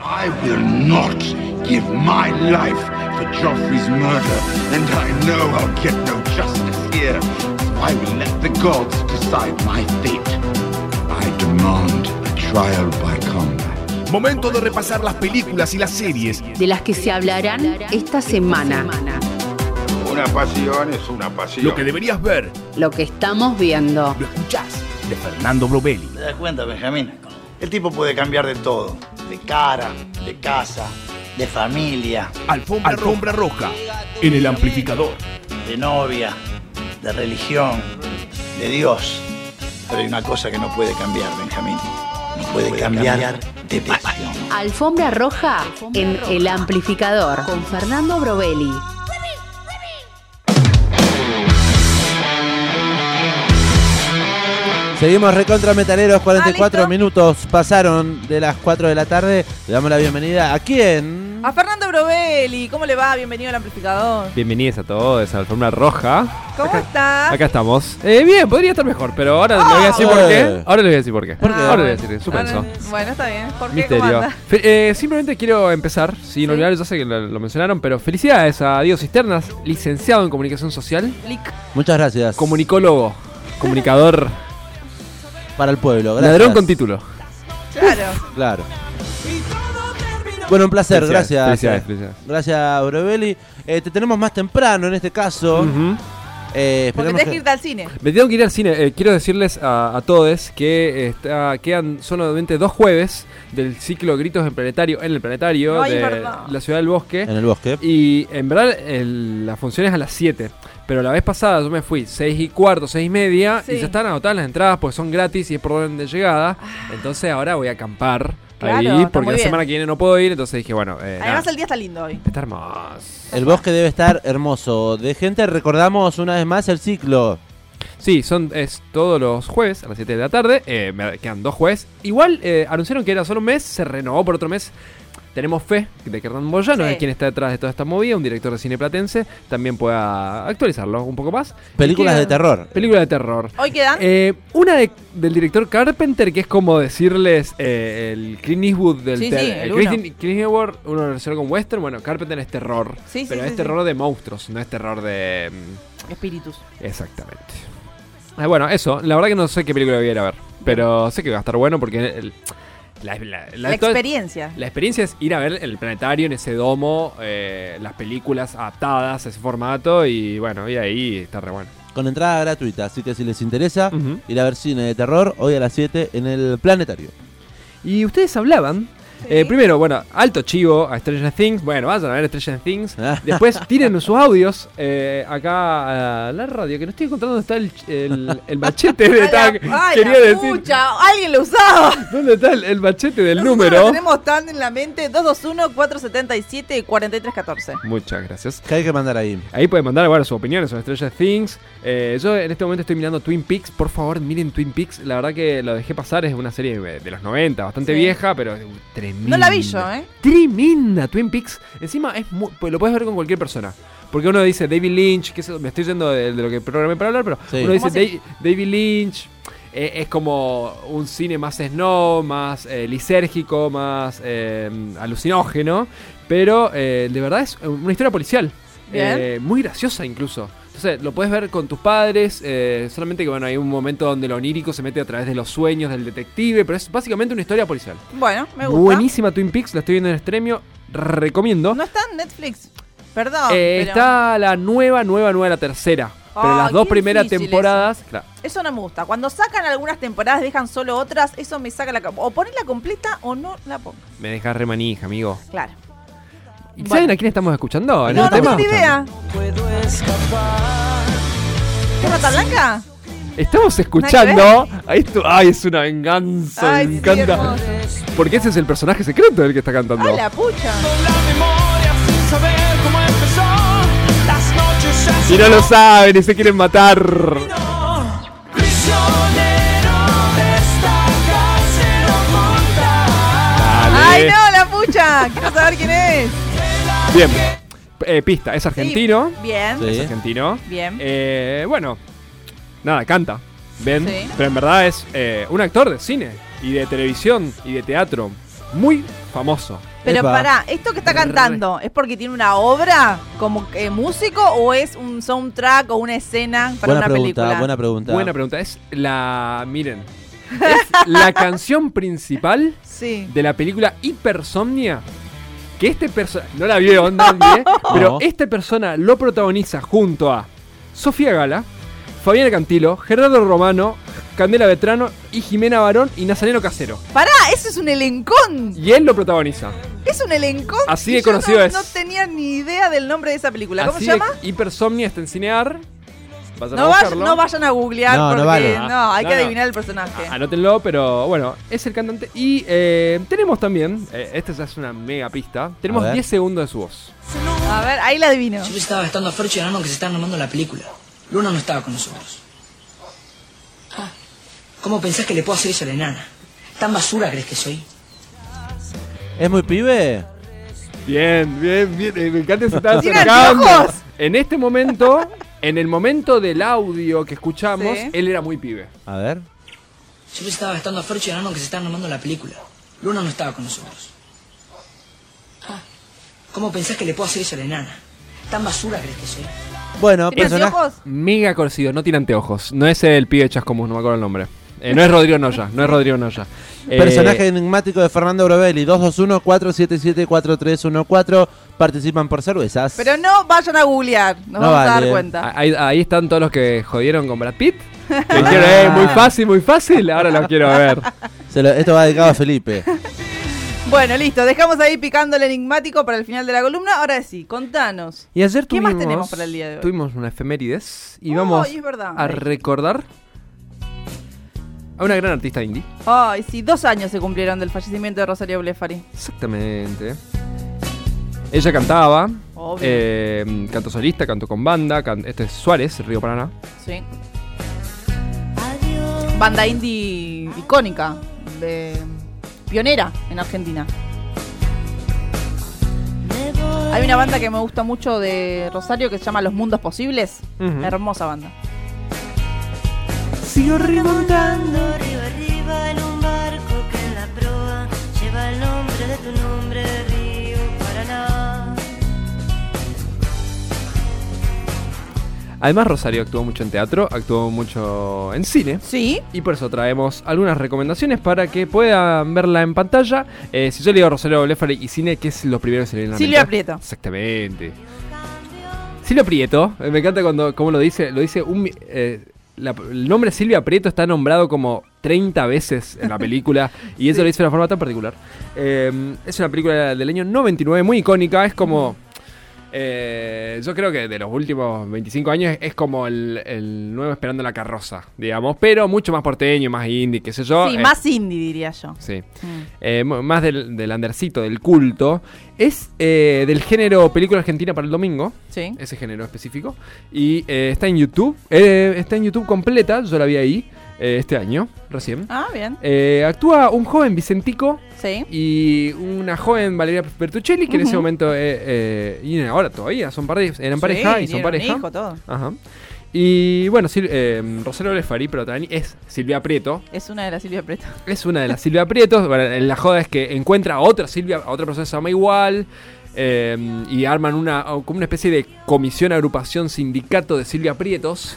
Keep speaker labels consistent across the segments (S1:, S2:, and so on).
S1: I will not give my life for Joffrey's murder, and I know I'll get no justice here. So I will let the gods decide my fate. I demand a trial by combat.
S2: Momento de repasar las películas y las series
S3: de las que se hablarán esta semana.
S4: Una pasión es una pasión.
S2: Lo que deberías ver,
S3: Lo que estamos viendo.
S2: lo escuchás, de Fernando Brovelli.
S5: ¿Te das cuenta, Benjamín? El tipo puede cambiar de todo. De cara, de casa, de familia,
S2: Alfombra, roja, en el amplificador.
S5: de novia, de religión, de Dios. Pero hay una cosa que no puede cambiar, Benjamín. No puede, cambiar, de pasión.
S3: Alfombra roja en El Amplificador con Fernando Brovelli.
S6: Seguimos recontra metaleros, 44
S7: ¿listo?
S6: minutos pasaron de las 4 de la tarde. Le damos la bienvenida a quién?
S7: A Fernando Brovelli, ¿cómo le va? Bienvenido al amplificador.
S8: Bienvenidos a todos a la Fórmula Roja.
S7: ¿Cómo está?
S8: Acá estamos. Eh, bien, podría estar mejor, pero ahora le voy a decir
S6: Ah.
S8: por qué. Ahora le voy a decir por qué.
S6: ¿Por qué?
S8: Ahora le voy a decir, suspenso.
S7: Ahora- Bueno, está bien. ¿Por qué? ¿Cómo
S8: Misterio.
S7: anda?
S8: Fe- eh, simplemente quiero empezar, sin olvidar, yo sé que lo, lo mencionaron, pero felicidades a Diego Cisternas, licenciado en comunicación social,
S7: Lic.
S6: Muchas gracias.
S8: comunicólogo, comunicador,
S6: Para el pueblo, gracias.
S8: ladrón con título.
S7: Claro.
S6: Claro. Bueno, un placer,
S8: Felicidades,
S6: gracias. eh.
S8: felicidades, felicidades.
S6: Gracias, Brovelli. Eh, te tenemos más temprano en este caso.
S8: Ujú.
S6: Eh,
S7: Porque
S6: esperemos
S7: tenés
S6: que-
S7: que irte al cine.
S8: Me tengo que ir al cine. Eh, quiero decirles a, a todos que está- quedan solamente dos jueves del ciclo Gritos en Planetario, en el Planetario
S7: Ay,
S8: de
S7: verdad.
S8: la Ciudad del Bosque.
S6: En el bosque.
S8: Y en verdad el- la función es a las 7. Pero la vez pasada yo me fui 6 y cuarto, 6 y media.
S7: Sí.
S8: Y ya están agotadas las entradas porque son gratis y es por orden de llegada. Entonces ahora voy a acampar
S7: Ah. Claro,
S8: ahí
S7: está
S8: porque
S7: muy
S8: la
S7: bien.
S8: semana que viene no puedo ir. Entonces dije, bueno, eh,
S7: Además,
S8: nada,
S7: el día está lindo hoy.
S8: está hermoso.
S6: El bosque debe estar hermoso. De gente, recordamos una vez más el ciclo.
S8: Sí, son, es todos los jueves a las 7 de la tarde. eh, me quedan dos jueves. Igual eh, anunciaron que era solo un mes, se renovó por otro mes. Tenemos fe de que Hernán Boyano
S7: Sí.
S8: es quien está detrás de toda esta movida, un director de cine platense, también pueda actualizarlo un poco más.
S6: Películas
S8: Queda-
S6: de terror.
S8: Película de terror.
S7: Hoy quedan.
S8: Eh, una de- del director Carpenter, que es como decirles eh, el Clint Eastwood del
S7: Sí,
S8: ter-
S7: sí,
S8: eh,
S7: el
S8: Clint-
S7: uno.
S8: Clint Eastwood, uno lo relaciona con western. Bueno, Carpenter es terror.
S7: Sí, sí,
S8: pero
S7: sí,
S8: es
S7: sí.
S8: terror de monstruos, no es terror de. mm,
S7: Espíritus.
S8: Exactamente. Ah, bueno, eso. La verdad que no sé qué película voy a ir a ver. Pero sé que va a estar bueno porque el- la, la- la-
S7: La
S8: toda-
S7: experiencia.
S8: la experiencia es ir a ver el planetario en ese domo, eh, las películas adaptadas a ese formato y bueno, y ahí está re bueno.
S6: Con entrada gratuita. Así que si les interesa,
S8: Ujú.
S6: ir a ver cine de terror hoy a las 7 en el planetario.
S8: Y ustedes hablaban. eh, primero, bueno, alto chivo a Stranger Things. Bueno, vayan a ver Stranger Things. Después tiren sus audios eh, acá a la radio, que no estoy encontrando dónde está el, ch- el, el machete de
S7: Ay, la-
S8: tag.
S7: ay,
S8: Quería
S7: la
S8: decir,
S7: pucha, alguien lo usaba.
S8: ¿dónde está el, el machete del
S7: Nosotros
S8: número?
S7: lo tenemos tan en la mente. 221-477-4314.
S8: Muchas gracias.
S6: ¿Qué hay que mandar ahí?
S8: Ahí pueden mandar bueno, sus opiniones sobre Stranger Things. Eh, yo en este momento estoy mirando Twin Peaks. Por favor, miren Twin Peaks. La verdad que lo dejé pasar. Es una serie de, de los 90, bastante
S7: Sí.
S8: vieja, pero es tremenda.
S7: No la vi yo, ¿eh?
S8: Tremenda Twin Peaks. Encima es mu- pues lo puedes ver con cualquier persona. Porque uno dice David Lynch, que eso- me estoy yendo de, de lo que programé para hablar, pero
S6: Sí.
S8: uno dice
S7: ¿Cómo así?
S8: "Da- David Lynch. eh, es como un cine más snow, más eh, lisérgico, más eh, alucinógeno. Pero eh, de verdad es una historia policial.
S7: Bien.
S8: eh, muy graciosa incluso. Entonces, lo puedes ver con tus padres, eh, solamente que bueno, hay un momento donde lo onírico se mete a través de los sueños del detective, pero es básicamente una historia policial.
S7: Bueno, me gusta.
S8: Buenísima Twin Peaks, la estoy viendo en extremio, recomiendo.
S7: No está en Netflix. Perdón.
S8: Eh,
S7: pero
S8: Está la nueva, nueva, nueva, la tercera. Pero
S7: Ah,
S8: las dos
S7: qué
S8: primeras
S7: difícil
S8: temporadas, claro,
S7: Eso no me gusta. Cuando sacan algunas temporadas, dejan solo otras, eso me saca la... ca- O ponerla completa o no la pongo.
S8: me dejas remanija, amigo.
S7: Claro.
S8: ¿Y
S7: Bueno.
S8: saben a quién estamos escuchando? en
S7: No, no
S8: este tema?
S7: tengo ni idea. ¿Es Rata Blanca?
S8: Estamos escuchando. Ahí esto- Ay, es una venganza,
S7: Ay,
S8: me
S7: sí,
S8: encanta.
S7: hermoso.
S8: Porque ese es el personaje secreto del que está cantando.
S7: ¡Ah, la pucha! pues.
S8: Y no lo saben y se quieren matar.
S7: ¡Ay, no, la pucha! Quiero saber quién es.
S8: Bien. Eh, pista, es
S7: Sí,
S8: argentino.
S7: Bien.
S6: Sí.
S8: Es argentino.
S7: Bien.
S8: Eh, bueno, nada, canta. ¿Ven?
S7: Sí.
S8: Pero en verdad es eh, un actor de cine y de televisión y de teatro muy famoso.
S7: Pero
S6: Epa.
S7: pará, ¿esto que está cantando es porque tiene una obra como que músico o es un soundtrack o una escena para
S6: Buena
S7: una
S6: pregunta,
S7: película?
S6: buena pregunta.
S8: Buena pregunta. Es la. Miren. Es la canción principal
S7: Sí.
S8: de la película Hipersomnia. Que este persona. No la vio onda, ni, eh,
S6: No.
S8: Pero esta persona lo protagoniza junto a Sofía Gala, Fabiana Cantilo, Gerardo Romano, Candela Vetrano y Jimena Barón y Nazareno Casero.
S7: Pará, eso es un elencón.
S8: Y él lo protagoniza.
S7: Es un elencón.
S8: Así
S7: y
S8: de
S7: yo
S8: conocido
S7: no,
S8: es.
S7: No tenía ni idea del nombre de esa película. ¿Cómo
S8: Así
S7: se
S8: de-
S7: llama?
S8: Hipersomnia está en cinear. Vayan a
S7: No, vay-
S8: buscarlo.
S7: no vayan a googlear
S6: No, no
S7: porque no,
S6: vale.
S7: hay
S8: No,
S7: que
S8: no.
S7: adivinar el personaje.
S8: Ah, Anótenlo, pero bueno, es el cantante. Y eh, tenemos también, eh, esta ya es una mega pista,
S6: A
S8: tenemos
S6: ver.
S8: 10 segundos de su voz.
S7: A ver, ahí la adivino.
S9: Yo estaba gastando a Fercho y Anano que se están armando la película. Luna no estaba con nosotros. Ah, ¿Cómo pensás que le puedo hacer eso a la enana? ¿Tan basura crees que soy?
S6: ¿Es muy pibe?
S8: Bien, bien, bien. eh, me encanta se está
S7: ¡Tiene
S8: acercando.
S7: anteojos!
S8: En este momento, en el momento del audio que escuchamos,
S7: Sí.
S8: él era muy pibe.
S6: A ver.
S9: Yo estaba gastando a Fercho y Anano que se están armando la película. Luna no estaba con nosotros. Ah, ¿Cómo pensás que le puedo hacer eso a la enana? ¿Tan basura crees que soy?
S6: Bueno,
S7: ¿Tiene
S6: personaje.
S7: anteojos?
S8: Mega conocido, no tiene anteojos. No es el pibe de Chascomús, no me acuerdo el nombre. Eh, no es Rodrigo Noya, no es Rodrigo Noya. Eh,
S6: Personaje enigmático de Fernando Brovelli, 221-477-4314. Participan por cervezas.
S7: Pero no vayan a googlear, nos
S6: No
S7: vamos a dar
S6: vale.
S7: cuenta.
S8: Ah, Ahí, ahí están todos los que jodieron con Brad Pitt. Que dijeron, "Eh, muy fácil, muy fácil. Ahora lo quiero ver.
S6: Se lo- esto va dedicado a Felipe.
S7: Bueno, listo, dejamos ahí picando el enigmático para el final de la columna. Ahora sí, contanos.
S8: Y ayer
S7: ¿Qué
S8: tuvimos,
S7: más tenemos para el día de hoy?
S8: Tuvimos una efemérides y
S7: Ay,
S8: vamos
S7: es verdad.
S8: a recordar a una gran artista indie.
S7: Ay, sí, dos años se cumplieron del fallecimiento de Rosario Blefari.
S8: Exactamente. Ella cantaba,
S7: Obvio.
S8: eh, canto solista, canto con banda. can- este es Suárez, Río Paraná.
S7: Sí. Banda indie icónica, de- pionera en Argentina. Hay una banda que me gusta mucho de Rosario que se llama Los Mundos Posibles.
S8: Ujú.
S7: Hermosa banda.
S8: Sigo remontando.
S10: Río arriba en un barco que en la proa lleva el nombre de tu nombre, Río Paraná.
S8: Además, Rosario actuó mucho en teatro, actuó mucho en cine.
S7: Sí,
S8: Y por eso traemos algunas recomendaciones para que puedan verla en pantalla. Eh, si yo le digo Rosario Blefari y cine, ¿qué es lo primero que se le viene a la
S7: Silvia
S8: mente?
S7: Prieto.
S8: Exactamente. Silvia Prieto, eh, me encanta cuando cómo lo dice. Lo dice un. mi- eh, la- el nombre Silvia Prieto está nombrado como 30 veces en la película y eso lo dice de una forma tan particular. Eh, es una película del año 99, muy icónica. Es como. Eh, yo creo que de los últimos 25 años es como el, el nuevo Esperando la Carroza, digamos, pero mucho más porteño, más indie, qué sé yo.
S7: sí,
S8: Eh,
S7: más indie diría yo.
S8: Sí.
S7: Mm.
S8: Eh, m- más del, del andercito, del culto. Es eh, del género película argentina para el domingo,
S7: Sí.
S8: ese género específico. Y eh, está en YouTube. Eh, está en YouTube completa, yo la vi ahí eh, este año, recién.
S7: Ah, bien.
S8: Eh, actúa un joven Vicentico
S7: Sí.
S8: y una joven Valeria Bertuccelli, que en ese momento, eh, eh, y ahora todavía, son pare- eran
S7: Sí,
S8: pareja y son
S7: tienen
S8: pareja.
S7: Un hijo, todo.
S8: Ajá. Y bueno, Sil- eh, Rosario Blefari, pero también es Silvia Prieto.
S7: Es una de las Silvia Preto.
S8: Es una de las Silvia Prieto. Bueno, la joda es que encuentra a otra Silvia, a otra persona que se llama igual. eh, y arman una como una especie de comisión, agrupación, sindicato de Silvia Prietos.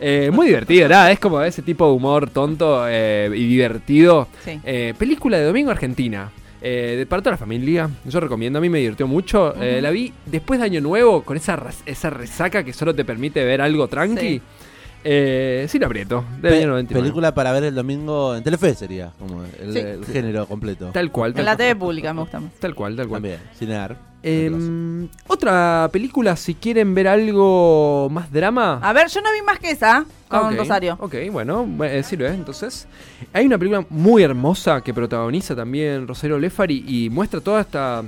S8: Eh, muy divertido, nada, es como ese tipo de humor tonto eh, y divertido.
S7: Sí.
S8: Eh, película de domingo argentina. Eh, de para toda la familia, yo recomiendo, a mí me divirtió mucho. Eh, la vi después de Año Nuevo, con esa, res- esa resaca que solo te permite ver algo tranqui.
S7: Sí.
S8: Sí, eh, sí la aprieto, del
S6: Pe-
S8: año 99.
S6: película para ver el domingo en Telefe sería, como el,
S7: Sí.
S6: el género completo.
S8: Tal cual, tal
S7: En la
S8: cual.
S7: TV pública me gusta más.
S8: Tal cual, tal cual.
S6: También, cinear.
S8: Eh,
S6: un clásico.
S8: otra película, si quieren ver algo más drama.
S7: A ver, yo no vi más que esa Ah, con
S8: Ah, ok.
S7: Rosario.
S8: Ok, bueno, bu- eh, sirve entonces. Hay una película muy hermosa que protagoniza también Rosario Lefari y muestra toda esta... a-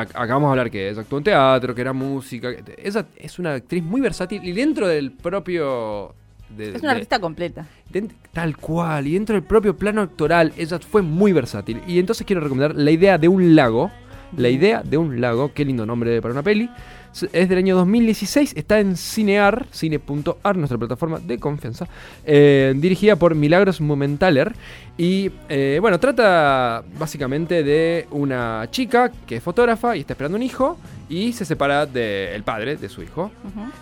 S8: Acabamos de hablar que ella actuó en teatro, que era música. que- Ella es una actriz muy versátil y dentro del propio... de-
S7: Es una
S8: de-
S7: artista completa.
S8: Dent- tal cual, y dentro del propio plano actoral, ella fue muy versátil. Y entonces quiero recomendar la idea de un lago. La idea de un lago, qué lindo nombre para una peli. S- Es del año 2016, está en Cinear, cine.ar, nuestra plataforma de confianza, eh, dirigida por Milagros Momentaler. Y eh, bueno, trata básicamente de una chica que es fotógrafa y está esperando un hijo y se separa del padre de su hijo.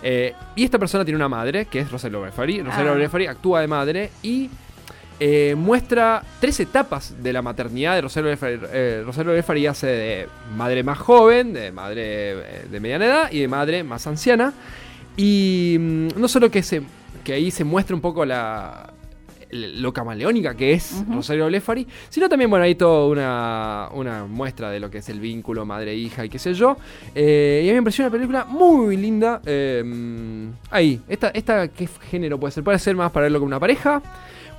S8: Eh, y esta persona tiene una madre, que es Rosario Blefari. Rosario
S7: Ah.
S8: Blefari actúa de madre y eh, muestra tres etapas de la maternidad de Rosario Blefari. Eh, Rosario Blefari hace de madre más joven, de madre eh, de mediana edad y de madre más anciana. Y mm, no solo que, se, que ahí se muestra un poco la, lo camaleónica que es Rosario Blefari, sino también, bueno, hay toda una, una muestra de lo que es el vínculo madre-hija y qué sé yo. Eh, y a mí me impresionó una película muy linda. eh, ahí, esta, ¿esta qué género puede ser? Puede ser más para verlo con una pareja,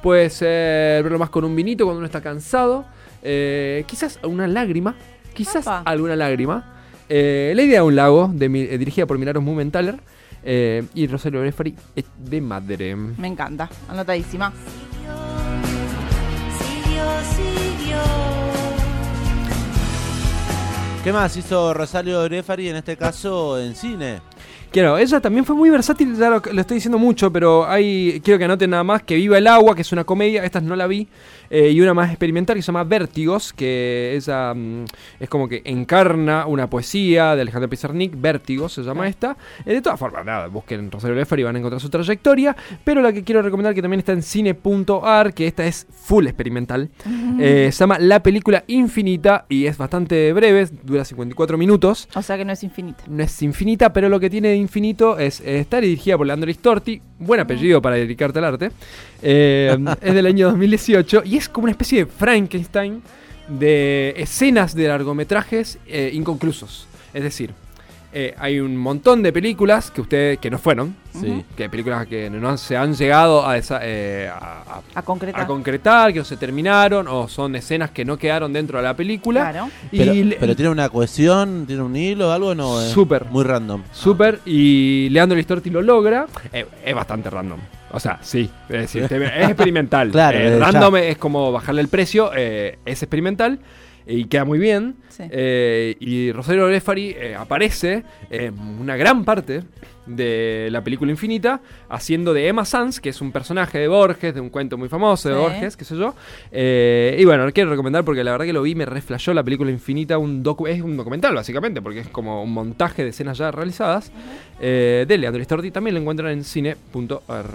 S8: puede ser verlo más con un vinito cuando uno está cansado, eh, quizás una lágrima, quizás
S7: Apa.
S8: alguna lágrima. Eh, la idea de un lago, de mi- eh, dirigida por Milagros Mumentaler eh, y Rosario Blefari eh, de madre.
S7: Me encanta, anotadísima.
S10: Siguió, siguió.
S6: ¿Qué más hizo Rosario Brefari en este caso en cine?
S8: Claro, ella también fue muy versátil, ya lo, lo estoy diciendo mucho, pero hay, quiero que anoten nada más que Viva el Agua, que es una comedia, estas no la vi, eh, y una más experimental que se llama Vértigos, que ella mm, es como que encarna una poesía de Alejandro Pizarnik, Vértigos se llama esta. Eh, de todas formas, nada, busquen Rosario Leffer y van a encontrar su trayectoria, pero la que quiero recomendar que también está en cine.ar, que esta es full experimental, eh, se llama La Película Infinita y es bastante breve, dura 54 minutos
S7: O sea que no es infinita.
S8: no es infinita, pero lo que tiene de infinito es eh, estar dirigida por Leandro Storti, buen apellido para dedicarte al arte. Eh, es del año 2018 y es como una especie de Frankenstein de escenas de largometrajes eh, inconclusos. Es decir, eh, hay un montón de películas que ustedes que no fueron,
S6: Sí.
S8: que películas que no se han llegado a, esa, eh, a- a-
S7: A concretar.
S8: a concretar, que no se terminaron o son escenas que no quedaron dentro de la película.
S7: Claro.
S8: Y
S6: Pero,
S8: le-
S6: pero tiene una cohesión, tiene un hilo, algo no. eh?
S8: Súper.
S6: Muy random.
S8: Super, y Leandro Listorti lo logra. Eh, es bastante random. O sea, sí. Es, decir, te- es experimental.
S6: Claro,
S8: Eh,
S6: desde ya.
S8: random es como bajarle el precio. eh, es experimental. Y queda muy bien.
S7: Sí.
S8: Eh, y Rosario Lefari eh, aparece en una gran parte de la película Infinita haciendo de Emma Sanz, que es un personaje de Borges, de un cuento muy famoso de
S7: Sí.
S8: Borges, qué sé yo. Eh, y bueno, lo quiero recomendar porque la verdad que lo vi, me reflashó la película Infinita, un docu- es un documental básicamente, porque es como un montaje de escenas ya realizadas. Eh, de Leandro Storti también lo encuentran en cine.ar.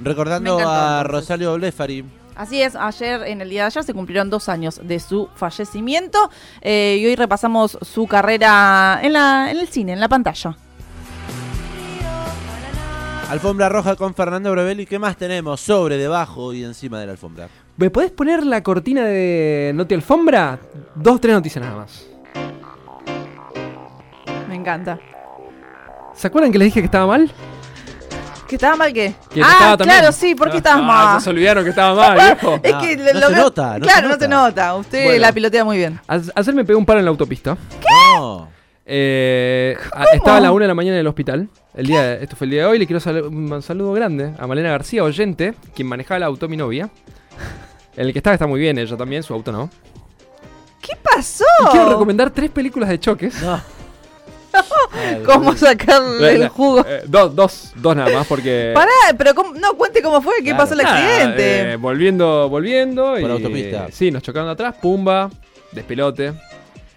S6: Recordando
S7: Me encantó,
S6: a
S7: entonces.
S6: Rosario Blefari.
S7: Así es, ayer, en el día de ayer, se cumplieron dos años de su fallecimiento eh, y hoy repasamos su carrera en, la, en el cine, en la pantalla.
S6: Alfombra roja con Fernando Brovelli. ¿Qué más tenemos sobre, debajo y encima de la alfombra?
S8: ¿Me podés poner la cortina de Noti Alfombra? Dos, tres noticias nada más.
S7: Me encanta.
S8: ¿Se acuerdan que les dije que estaba mal?
S7: ¿Que estaba mal qué?
S8: Que
S7: ah,
S8: estaba también.
S7: claro, sí, ¿por qué
S8: Ah,
S7: estabas
S8: ah,
S7: mal?
S8: se olvidaron que estaba mal, viejo.
S7: Es
S6: No,
S7: que
S6: no se
S7: lo- lo-
S6: nota, no se
S7: claro, no se
S6: nota.
S7: nota. Usted
S8: Bueno.
S7: la pilotea muy bien.
S8: A- Ayer me pegó un paro en la autopista.
S6: No.
S8: Eh, a- estaba a la una de la mañana en el hospital. El día de- esto fue el día de hoy. Le quiero sal- un saludo grande a Malena García, oyente, quien manejaba el auto, mi novia. En el que estaba está muy bien ella también, su auto no.
S7: ¿Qué pasó?
S8: Y quiero recomendar tres películas de choques.
S6: No.
S7: ¿Cómo sacarle el
S8: Eh,
S7: jugo?
S8: eh, dos, dos, dos nada más porque...
S7: Pará, pero ¿cómo? no cuente cómo fue, qué
S6: Claro.
S7: pasó el
S8: Nada,
S7: accidente.
S8: eh, volviendo, volviendo. y,
S6: Por autopista.
S8: Sí, nos chocaron de atrás, pumba, despelote.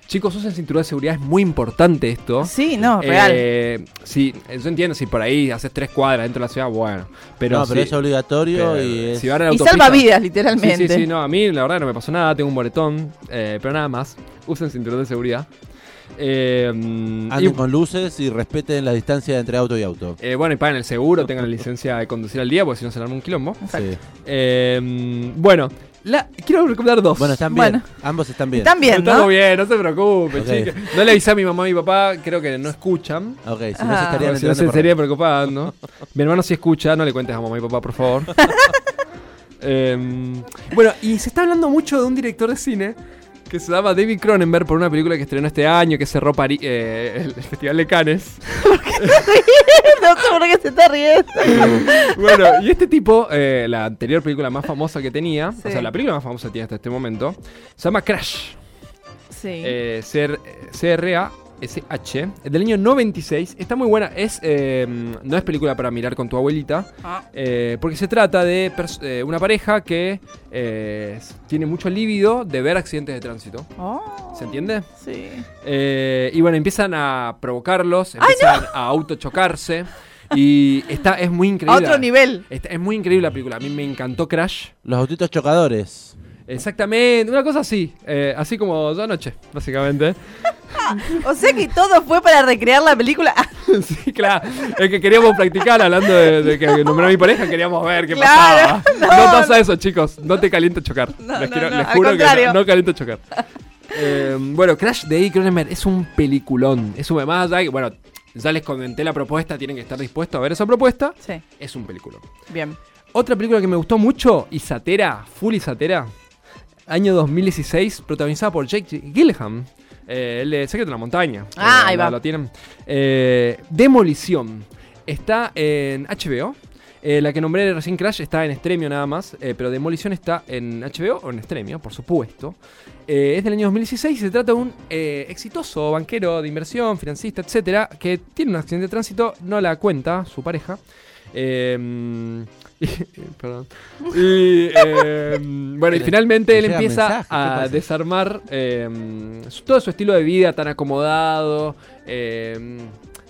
S8: Chicos, usen cinturón de seguridad, es muy importante esto.
S7: sí, no,
S8: Eh,
S7: Oh, real.
S8: sí, yo entiendo si por ahí haces tres cuadras dentro de la ciudad, bueno. Pero,
S6: no, pero
S8: si-
S6: es obligatorio
S8: pero
S6: y es...
S8: si van a la
S7: y
S8: autopista-
S7: salva vidas,
S8: Sí,
S7: literalmente.
S8: sí, sí, no, a mí la verdad no me pasó nada, tengo un moretón, eh, pero nada más. Usen cinturón de seguridad. Eh, mm,
S6: Anden
S8: y-
S6: con luces y respeten la distancia entre auto y auto.
S8: eh, bueno, y paguen el seguro, tengan la licencia de conducir al día, porque si no se le arma un quilombo.
S6: Sí.
S8: Eh, mm, bueno, la- quiero recomendar dos.
S6: Bueno, están bien.
S7: Bueno.
S6: Ambos están bien.
S7: Están bien,
S8: Estamos
S7: ¿no?
S8: bien, no se preocupen,
S6: Ok.
S8: chicos. No le avisé a mi mamá y mi papá, creo que no escuchan.
S6: Ok, si no se
S7: Ah.
S6: estarían
S8: Porque si no
S6: enterando
S8: se
S6: por-
S8: estaría preocupando. Mi hermano si escucha, no le cuentes a mamá y papá, por favor. Em, bueno, y se está hablando mucho de un director de cine que se llama David Cronenberg por una película que estrenó este año, que cerró Pari- eh, el Festival de Cannes.
S7: no sé por qué se está riendo.
S8: Bueno, y este tipo, eh, la anterior película más famosa que tenía, o sea, la película más famosa que tiene hasta este momento, se llama Crash.
S7: Sí.
S8: Eh, CR- CRA SH, del año 96. Está muy buena. Es, eh, no es película para mirar con tu abuelita.
S7: Ah.
S8: eh, porque se trata de pers- eh, una pareja que eh, tiene mucho lívido de ver accidentes de tránsito. ¿Se entiende?
S7: Oh, Sí.
S8: Eh, y bueno, empiezan a provocarlos, empiezan a autochocarse. Y está, es muy increíble.
S7: otro nivel.
S8: Está- es muy increíble la película. A mí me encantó Crash.
S6: Los autitos chocadores.
S8: Exactamente, una cosa así. eh, así como yo anoche, básicamente.
S7: O sea que todo fue para recrear la película. Ah,
S8: sí, claro. Es que queríamos practicar hablando de, de que nombré a mi pareja, queríamos ver qué
S7: Claro,
S8: pasaba. No, pasa eso, chicos. No te calienta chocar.
S7: No,
S8: les,
S7: no,
S8: quiero-
S7: no,
S8: les
S7: al
S8: juro que
S7: contrario.
S8: no, no calienta chocar. Eh, bueno, Crash de Eddie Cronenberg es un peliculón. Es un más allá que, bueno, ya les comenté la propuesta, tienen que estar dispuestos a ver esa propuesta.
S7: Sí.
S8: Es un peliculón.
S7: Bien.
S8: Otra película que me gustó mucho, Isatera, full Isatera, año 2016, protagonizada por Jake Gilham, eh, el de Secreto de la Montaña.
S7: Ah,
S8: Eh,
S7: ahí
S8: la-
S7: va.
S8: Lo tienen. Eh, Demolición, está en HBO. Eh, la que nombré recién Crash está en Stremio nada más, eh, pero Demolición está en HBO o en Stremio, por supuesto. Eh, es del año 2016 y se trata de un eh, exitoso banquero de inversión, financista, etcétera, que tiene un accidente de tránsito, no la cuenta su pareja. Eh, y- perdón. Y, eh, bueno, y
S6: Le-
S8: finalmente
S6: le
S8: él
S6: llegan
S8: empieza
S6: mensajes, ¿qué
S8: a
S6: pasa?
S8: desarmar eh, su- todo su estilo de vida tan acomodado. eh,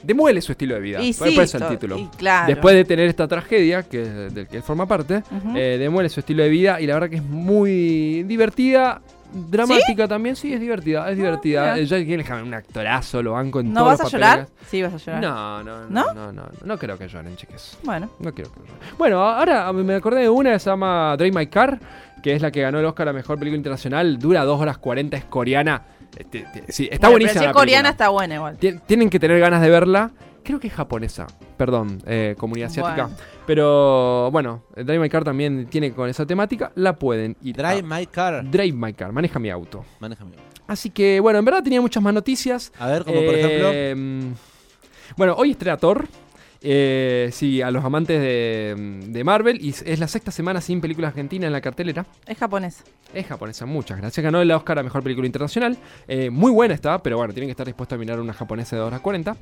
S8: demuele su estilo de vida.
S7: Y
S8: por,
S7: sí,
S8: por eso el
S7: to-
S8: título.
S7: y claro.
S8: Después de tener esta tragedia que, del que forma parte,
S7: Ujú.
S8: eh, demuele su estilo de vida y la verdad que es muy divertida. Dramática también, sí, es divertida, es divertida.
S7: Ah, mira.
S8: Eh, Jake Gyllenhaal, un actorazo, lo banco en
S7: ¿No
S8: todos
S7: vas a
S8: los papeles que
S7: llorar?
S8: hace.
S7: Sí, vas a llorar.
S8: No, no, no,
S7: ¿No?
S8: no, no, no creo que lloren, chiques.
S7: Bueno.
S8: No quiero que lloren. Bueno, ahora ah, me acordé de una que se llama Drive My Car, que es la que ganó el Oscar a Mejor Película Internacional. Dura 2 horas 40, es coreana. Este, te- sí, está
S7: Bueno,
S8: buenísima.
S7: Pero si
S8: la
S7: es coreana
S8: película.
S7: está buena igual.
S8: Tien- tienen que tener ganas de verla. Creo que es japonesa, perdón, eh, comunidad asiática.
S7: Bueno.
S8: Pero bueno, Drive My Car también tiene con esa temática. La pueden ir. a-
S6: Drive my car.
S8: Drive My Car, maneja mi auto.
S6: Manéjame.
S8: Así que bueno, en verdad tenía muchas más noticias.
S6: A ver, como por
S8: Eh, Bueno, hoy estrena Thor. eh, sí, a los amantes de, de Marvel. Y es la sexta semana sin película argentina en la cartelera.
S7: Es japonés.
S8: Es japonesa, muchas gracias. Ganó el Oscar a Mejor Película Internacional. Eh, muy buena está, pero bueno, tienen que estar dispuestos a mirar una japonesa de 2 horas 40.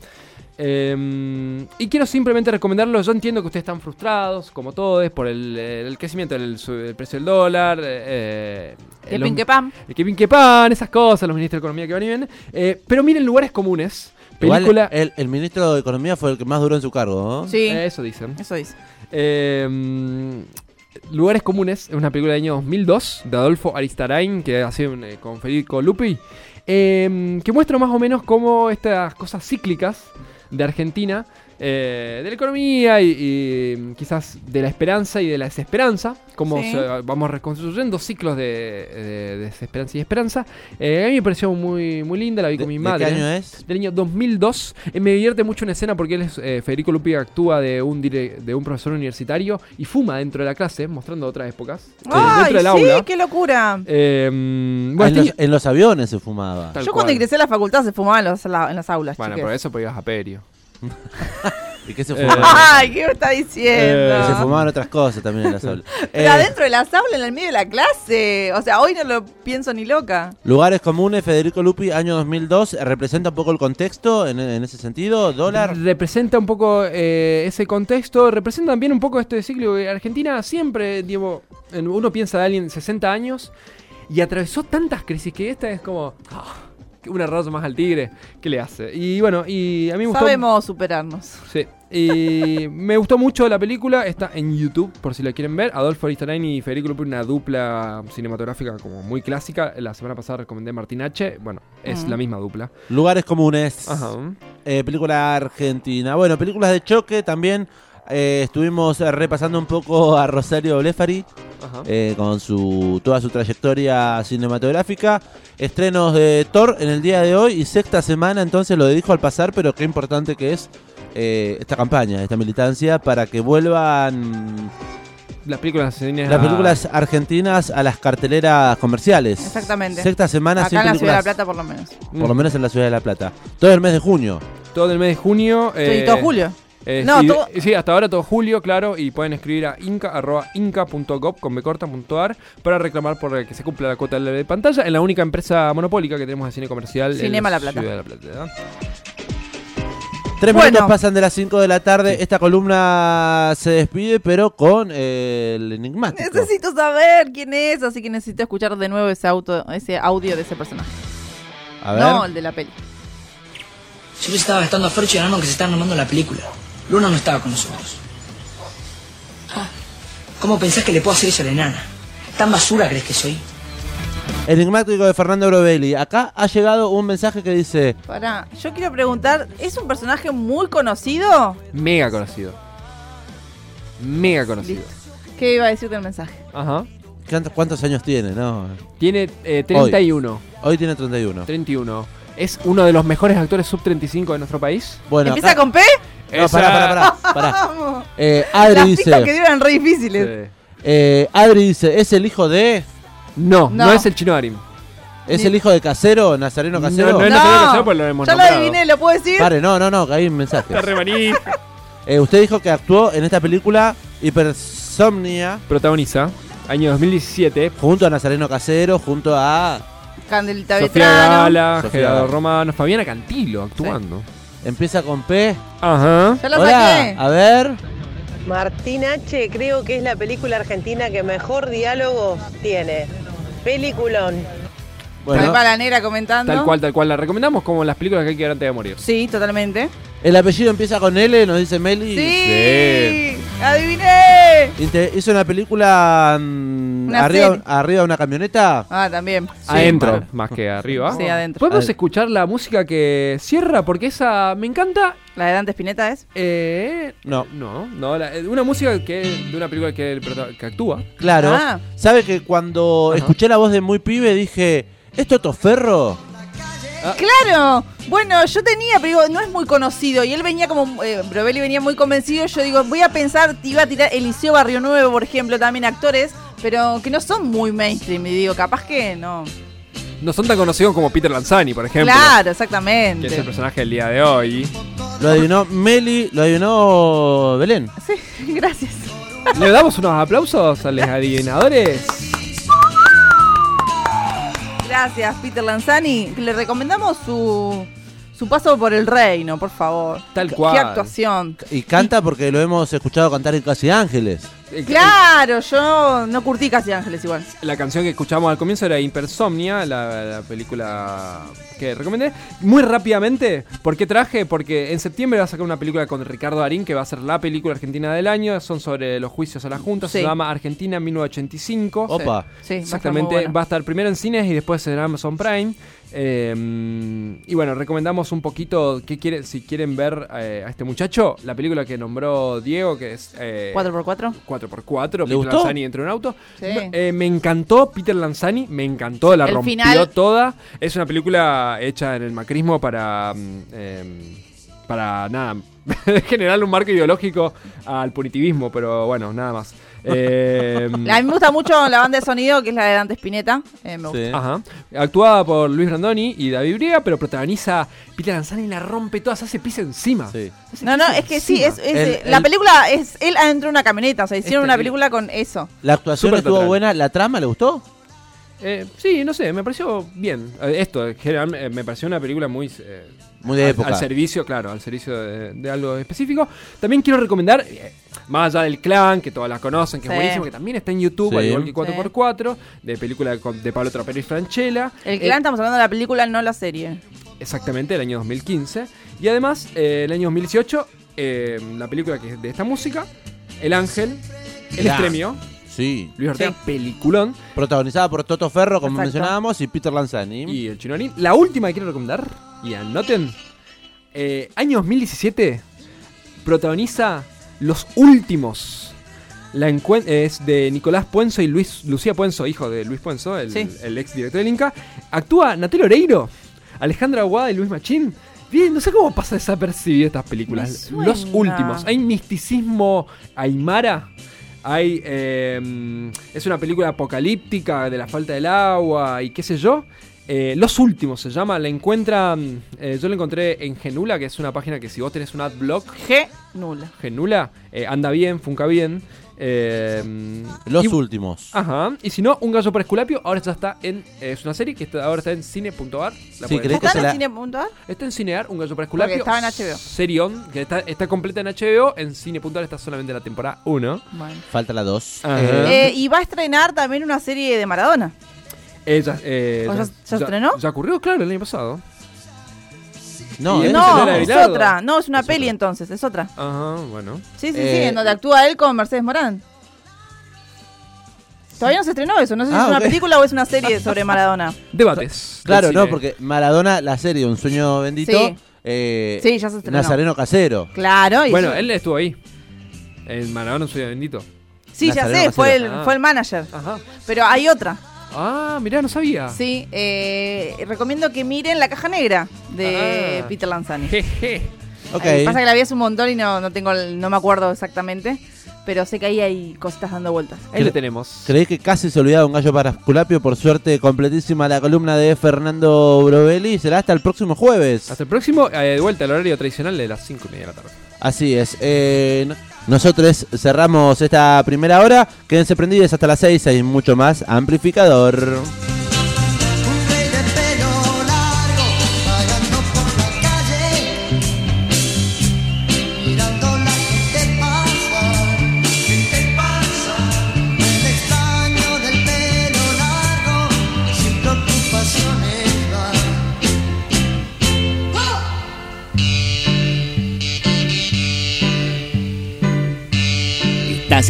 S8: Eh, y quiero simplemente recomendarlo. Yo entiendo que ustedes están frustrados, como todos, por el, el crecimiento del su- el precio del dólar. eh,
S7: Que
S8: los-
S7: pin que pam.
S8: el que pin que pan, esas cosas, los ministros de Economía que van y vienen. Eh, pero miren lugares comunes.
S6: Igual
S8: Película.
S6: el, el ministro de Economía fue el que más duró en su cargo, ¿no? Ah,
S7: Sí.
S8: Eh, eso dicen.
S7: Eso dice.
S8: Eh, mm, lugares comunes es una película del año 2002 de Adolfo Aristarain que ha sido un, eh, con Federico Lupi. eh, que muestra más o menos cómo estas cosas cíclicas de Argentina, eh, de la economía y, y quizás de la esperanza y de la desesperanza, cómo
S7: Sí.
S8: se- vamos reconstruyendo ciclos de, de desesperanza y esperanza. Eh, a mí me pareció muy, muy linda, la vi
S6: ¿De,
S8: con mi
S6: de
S8: madre ¿eh?
S6: qué año es?
S8: del año 2002. Eh, me divierte mucho una escena porque él es, eh, Federico Lupi actúa de un, dire- de un profesor universitario y fuma dentro de la clase, mostrando otras épocas. eh,
S7: ¡Ay,
S8: dentro del
S7: sí!
S8: aula.
S7: ¡Qué locura!
S8: Eh, mm,
S6: Ah, en,
S8: bueno,
S6: los,
S8: este-
S6: en los aviones se fumaba.
S8: Tal
S7: Yo
S8: cual.
S7: cuando ingresé a la facultad se fumaba en, los- la- en las aulas,
S8: Bueno,
S7: chiques.
S8: pero eso porque ibas a Perio.
S6: ¿Y qué se
S8: Eh,
S6: fumaba?
S7: ¡Ay, qué me está diciendo!
S6: se fumaban otras cosas también en las aulas. Eh,
S7: Pero adentro de las aulas, en el medio de la clase. O sea, hoy no lo pienso ni loca.
S6: Lugares comunes, Federico Lupi, año 2002. ¿Representa un poco el contexto en, en ese sentido? ¿Dólar?
S8: Representa un poco eh, ese contexto, representa también un poco este ciclo. que Argentina siempre, digo, en- uno piensa de alguien 60 años y atravesó tantas crisis que esta es como ah, una rosa más al tigre. ¿Qué le hace? Y bueno, y a mí me gustó.
S7: Sabemos superarnos.
S8: Sí. Y me gustó mucho la película. Está en YouTube, por si la quieren ver. Adolfo Aristarain y Federico Lupi, una dupla cinematográfica como muy clásica. La semana pasada recomendé Martín H. Bueno, es
S7: Mm.
S8: la misma dupla.
S6: Lugares comunes.
S8: Ajá.
S6: Eh, película argentina. Bueno, películas de choque también. eh, estuvimos eh, repasando un poco a Rosario Blefari
S8: Ajá.
S6: eh, con su toda su trayectoria cinematográfica. Estrenos de Thor en el día de hoy y sexta semana, entonces lo dedico al pasar, pero qué importante que es eh, esta campaña, esta militancia, para que vuelvan
S8: Las películas argentinas-
S6: las películas argentinas a las carteleras comerciales.
S7: Exactamente.
S6: Sexta semana sin
S7: Acá en la Ciudad de
S6: películas,
S7: la Plata, por lo menos.
S8: Mm.
S6: por lo menos en la Ciudad de La Plata. Todo el mes de junio.
S8: Todo el mes de junio.
S7: Sí,
S8: eh,
S7: todo julio.
S8: Eh,
S7: No,
S8: sí,
S7: todo-
S8: eh, sí, hasta ahora todo julio, claro, y pueden escribir a inca.gov con becorta.ar para reclamar por que se cumpla la cuota de pantalla en la única empresa monopólica que tenemos de cine comercial. en
S7: Cinema La Plata.
S8: Ciudad de la Plata ¿verdad?
S6: Tres
S7: Bueno.
S6: minutos pasan de las 5 de la tarde. Esta columna se despide, pero con eh, el enigmático.
S7: Necesito saber quién es, así que necesito escuchar de nuevo ese, auto, ese audio de ese personaje.
S6: A ver.
S7: No, el de la peli.
S9: Yo les estaba gastando a Fercho y a Nano que se están armando la película. Luna no estaba con nosotros. Ah, ¿Cómo pensás que le puedo hacer eso a la enana? ¿Tan basura crees que soy?
S6: Enigmático de Fernando Brovelli. Acá ha llegado un mensaje que dice:
S7: Pará, yo quiero preguntar, ¿es un personaje muy conocido?
S8: Mega conocido. Mega conocido.
S7: ¿Qué iba a decir del mensaje?
S8: Ajá.
S6: ¿Cuántos, cuántos años tiene? No.
S8: Tiene eh, 31.
S6: Hoy tiene 31.
S8: 31. Es uno de los mejores actores sub 35 de nuestro país.
S6: Bueno,
S7: ¿Empieza
S6: acá-
S7: con P?
S6: No,
S8: Esa-
S6: pará, pará, pará. pará.
S7: Vamos.
S6: Eh,
S7: Las
S6: Adri
S7: pistas que
S6: dice:
S7: dieron re difíciles.
S8: Sí.
S6: eh, Adri dice, ¿es el hijo de.?
S8: No, no,
S7: No.
S8: es el chino Arim.
S6: ¿Es el hijo de Casero? ¿Nazareno
S8: No,
S6: Casero?
S8: no es- tenía que ser, pues lo hemos
S7: ya lo
S8: nombrado.
S7: adiviné, ¿lo puedo decir?
S6: Pare, no, no, no, que hay un mensaje.
S8: Remaní.
S6: Eh, usted dijo que actuó en esta película Hipersomnia
S8: Protagoniza. Año 2017.
S6: junto a Nazareno Casero, junto a...
S7: Candelita
S8: Sofía
S7: Vetrano.
S8: Gala,
S6: Sofía
S8: Gerardo
S6: Gala.
S8: Romano, Fabiana Cantilo actuando.
S6: Empieza con P.
S8: Ajá.
S7: Ya lo
S6: Hola, Ah,
S7: saqué.
S6: a ver.
S11: Martín H. creo que es la película argentina que mejor diálogo tiene. Peliculón.
S6: Bueno,
S7: Alba Lanera comentando.
S8: Tal cual, tal cual. La recomendamos como las películas que hay que ver antes de morir.
S7: Sí, totalmente.
S6: el apellido empieza con L, nos dice Meli.
S7: Sí. Adiviné.
S6: Inte- hizo una película mm,
S7: Una
S6: arriba,
S7: serie.
S6: arriba de una camioneta.
S7: Ah, también.
S8: adentro,
S6: para.
S8: más que arriba.
S7: Sí, adentro.
S8: Podemos
S6: Adentro.
S8: escuchar la música que cierra, porque esa me encanta.
S7: La de Dante Spinetta es.
S8: Eh,
S6: No.
S8: no, no, la- eh, una música que de una película que, el prota- que actúa.
S6: Claro.
S7: Ah.
S6: ¿Sabe que cuando
S8: Ajá.
S6: escuché la voz de muy pibe dije, ¿es Toto Ferro?
S8: Ah.
S7: Claro. Bueno, yo tenía, pero digo, no es muy conocido. Y él venía como. Eh, Brovelli venía muy convencido. Yo digo, voy a pensar, iba a tirar Eliseo Barrio Nuevo, por ejemplo, también actores, pero que no son muy mainstream. Y digo, capaz que no.
S8: No son tan conocidos como Peter Lanzani, por ejemplo.
S7: claro,
S8: Que es el
S7: exactamente.
S8: personaje del día de hoy.
S6: Lo adivinó Meli, lo adivinó Belén.
S7: Sí, gracias.
S8: ¿Le damos unos aplausos a los adivinadores?
S7: Gracias, Peter Lanzani. Le recomendamos su, su paso por el reino, por favor.
S8: Tal
S7: Qué-
S8: cual.
S7: Qué actuación.
S6: Y canta porque lo hemos escuchado cantar en Casi Ángeles.
S8: Eh,
S7: Claro, yo no curtí casi Ángeles igual.
S8: La canción que escuchamos al comienzo era Impersomnia, la, la película que recomendé. Muy rápidamente, ¿por qué traje? Porque en septiembre va a sacar una película con Ricardo Darín, que va a ser la película argentina del año. Son sobre los juicios a la Junta, se
S7: Sí.
S8: llama Argentina 1985.
S6: Opa.
S7: Sí, va a estar muy
S8: Ah, Exactamente,
S7: bueno.
S8: va a estar primero en cines y después en Amazon Prime. Eh, y bueno, recomendamos un poquito qué quiere, si quieren ver eh, a este muchacho, la película que nombró Diego, que es... eh,
S7: 4x4.
S8: 4x4, Peter
S6: gustó?
S8: Lanzani dentro de un auto.
S7: Sí.
S8: No, eh, me encantó Peter Lanzani, me encantó, la
S7: El
S8: rompió
S7: final.
S8: toda. Es una película hecha en el macrismo para. mm, em, para nada. generar un marco ideológico al punitivismo, pero bueno, nada más. Em,
S7: La- A mí me gusta mucho la banda de sonido, que es la de Dante Spinetta. Eh, me gusta.
S6: Sí.
S8: Ajá. Actuada por Luis Brandoni y David Briega, pero protagoniza Peter Lanzani y la rompe toda, se hace pis encima.
S6: Sí.
S7: No, no, es que sí, es, es-
S6: El-
S7: eh, la
S6: el-
S7: película es él adentro de una camioneta. O sea, hicieron
S8: Este-
S7: una película con eso.
S6: La actuación
S8: Súper
S6: estuvo
S8: teatral.
S6: buena, la trama le gustó.
S8: Eh, sí, no sé, me pareció bien. Eh, Esto, en general, eh, me pareció una película muy... eh,
S6: Muy de
S8: al-
S6: época.
S8: Al servicio, claro, al servicio de, de algo específico. También quiero recomendar, eh, más allá del clan, que todas las conocen, que
S7: Sí.
S8: es buenísimo, que también está en YouTube,
S6: Sí.
S8: al igual que 4x4, de película de, con- de Pablo Trapero y Franchella. Eh,
S7: El clan, estamos hablando de la película, no la serie.
S8: Exactamente, el año 2015. Y además, eh, el año 2018, eh, la película que es de esta música, El Ángel, El
S6: Ya.
S8: Extremio,
S6: Sí.
S8: Luis Ortega,
S7: Sí.
S8: peliculón,
S6: Protagonizada por Toto Ferro, como
S7: Exacto.
S6: mencionábamos, y Peter Lanzani.
S8: y El Chinorín. La última que quiero recomendar, y anoten, eh, año 2017, protagoniza Los Últimos. La encuen- es de Nicolás Puenzo y Luis Lucía Puenzo, hijo de Luis Puenzo, el,
S7: Sí.
S8: el ex director del Inca. Actúa Natel Oreiro, Alejandra Aguada y Luis Machín. Bien, no sé cómo pasa desapercibido estas películas.
S7: Me suena.
S8: Los últimos. Hay misticismo aymara. Hay. em, eh, es una película apocalíptica de la falta del agua y qué sé yo. Eh, los últimos se llama, la encuentra, eh, yo la encontré en Genula, que es una página que si vos tenés un adblock,
S7: Nula.
S8: Genula, eh, anda bien, funca bien. eh,
S6: Los
S8: y-
S6: últimos.
S7: Ah.
S8: Ajá. Y si no, Un Gallo para Esculapio ahora ya está en. eh, es una serie que está- ahora está en cine.ar. la
S6: Sí,
S8: pueden-
S6: creí que se la-
S8: Está en Cinear, Un Gallo para Esculapio.
S7: Porque estaba en HBO.
S8: Serión, que está, está completa en HBO. En cine.ar está solamente la temporada 1.
S7: Bueno.
S6: Falta la 2.
S7: Eh, y va a estrenar también una serie de Maradona.
S8: Ella, eh,
S7: ¿O ya- ya estrenó?
S8: Ya ocurrió, claro, el año pasado.
S6: No,
S8: Y
S6: eh,
S8: él
S7: No,
S8: se la de
S7: es
S8: Bilardo.
S7: otra. No, es una peli entonces, es otra.
S8: Ajá, bueno.
S7: Sí, sí, sí,
S6: Eh,
S7: en donde actúa él con Mercedes Morán. Todavía no se estrenó eso, no sé si
S6: Ah,
S7: es una
S6: ok.
S7: película o es una serie sobre Maradona.
S8: Debates.
S6: Claro,
S8: del
S6: no,
S8: cine.
S6: porque Maradona, la serie Un sueño bendito.
S7: Sí.
S6: eh,
S7: Sí, ya se estrenó.
S6: Nazareno Casero.
S7: Claro, y
S8: Bueno,
S7: sí.
S8: él estuvo ahí. En Maradona, soy bendito.
S7: sí, ya
S6: Nazareno
S7: sé, fue el,
S6: Casero.
S8: Ah.
S7: fue el manager.
S8: Ajá.
S7: Pero hay otra.
S8: Ah, mirá, no sabía.
S7: Sí, eh, recomiendo que miren La Caja Negra de
S8: Ah.
S7: Peter Lanzani.
S8: Jeje.
S6: Ok.
S7: Eh, Pasa que la vi hace un montón y no, no tengo el- no me acuerdo exactamente, pero sé que ahí hay cositas dando vueltas.
S8: Ahí lo tenemos.
S6: Creí que casi se olvidaba un gallo para Culapio. Por suerte, completísima la columna de Fernando Brovelli. Será hasta el próximo jueves.
S8: Hasta el próximo, eh, de vuelta al horario tradicional de las 5 y media de la tarde.
S6: Así es. eh, no- nosotros cerramos esta primera hora. Quédense prendidos hasta las 6. Hay mucho más amplificador.
S10: Mirando la gente pasar, gente pasar, el extraño del pelo largo, sin preocupaciones va.
S2: Estás